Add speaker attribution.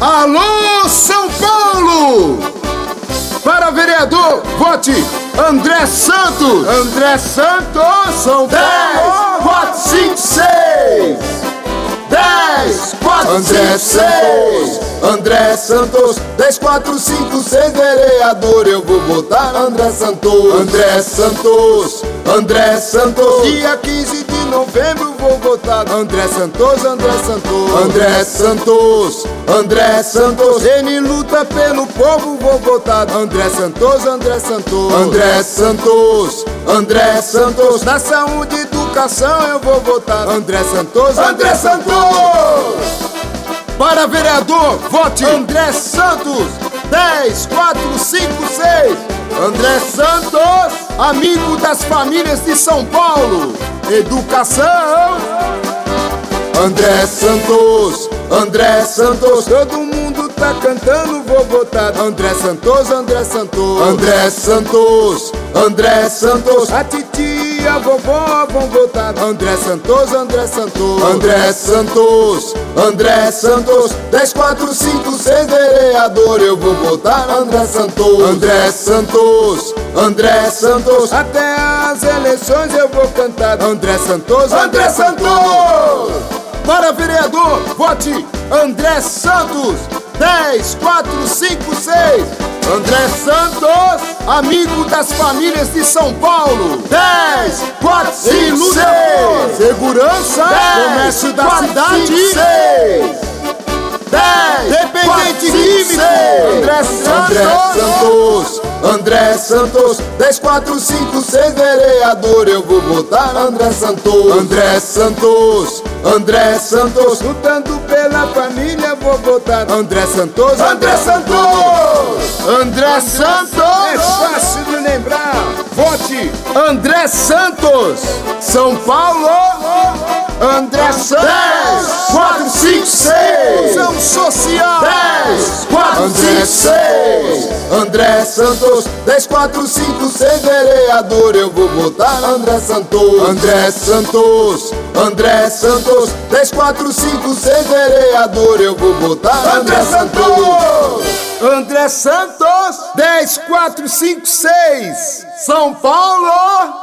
Speaker 1: Alô, São Paulo! Para vereador, vote André Santos! André Santos! São 10, 4, 5, 6! 10, 4, André 6! André Santos, 10, 4, 5, 6, vereador, eu vou votar André Santos! André Santos! André Santos! Dia 15 de novembro vou votar André Santos, André Santos, André Santos, André Santos. Ele luta pelo povo, vou votar André Santos, André Santos, André Santos, André Santos. Na saúde e educação eu vou votar André Santos, André Santos. Para vereador, vote André Santos 10, 4, 5, 6 André Santos, amigo das famílias de São Paulo Educação André Santos, André Santos Todo mundo tá cantando, vou votar André Santos, André Santos André Santos, André Santos A titia e a vovó vão votar André Santos, André Santos André Santos, André Santos 10, 4, 5, 6, vereador Eu vou votar André Santos André Santos, André Santos Até as eleições eu vou cantar André Santos, André Santos Para vereador, vote André Santos 10, 4, 5, 6 André Santos, amigo das famílias de São Paulo 10, 4, 5, 6 Segurança, comércio da cidade 10, dependente químico, André Santos, André Santos, 10, 4, 5, 6, vereador, eu vou votar André Santos, André Santos, André Santos, lutando pela família, vou votar André Santos, André Santos, André Santos, é fácil de lembrar, vote André Santos, São Paulo, André Santos, 10, 4, 5, 6, São Social, 10, 4, André 5, 6, André Santos, 10, 4, 5, 6, vereador, eu vou votar André Santos, André Santos, André Santos, 10, 4, 5, 6, vereador, eu vou votar André Santos, André Santos, 10, 4, 5, 6, São Paulo,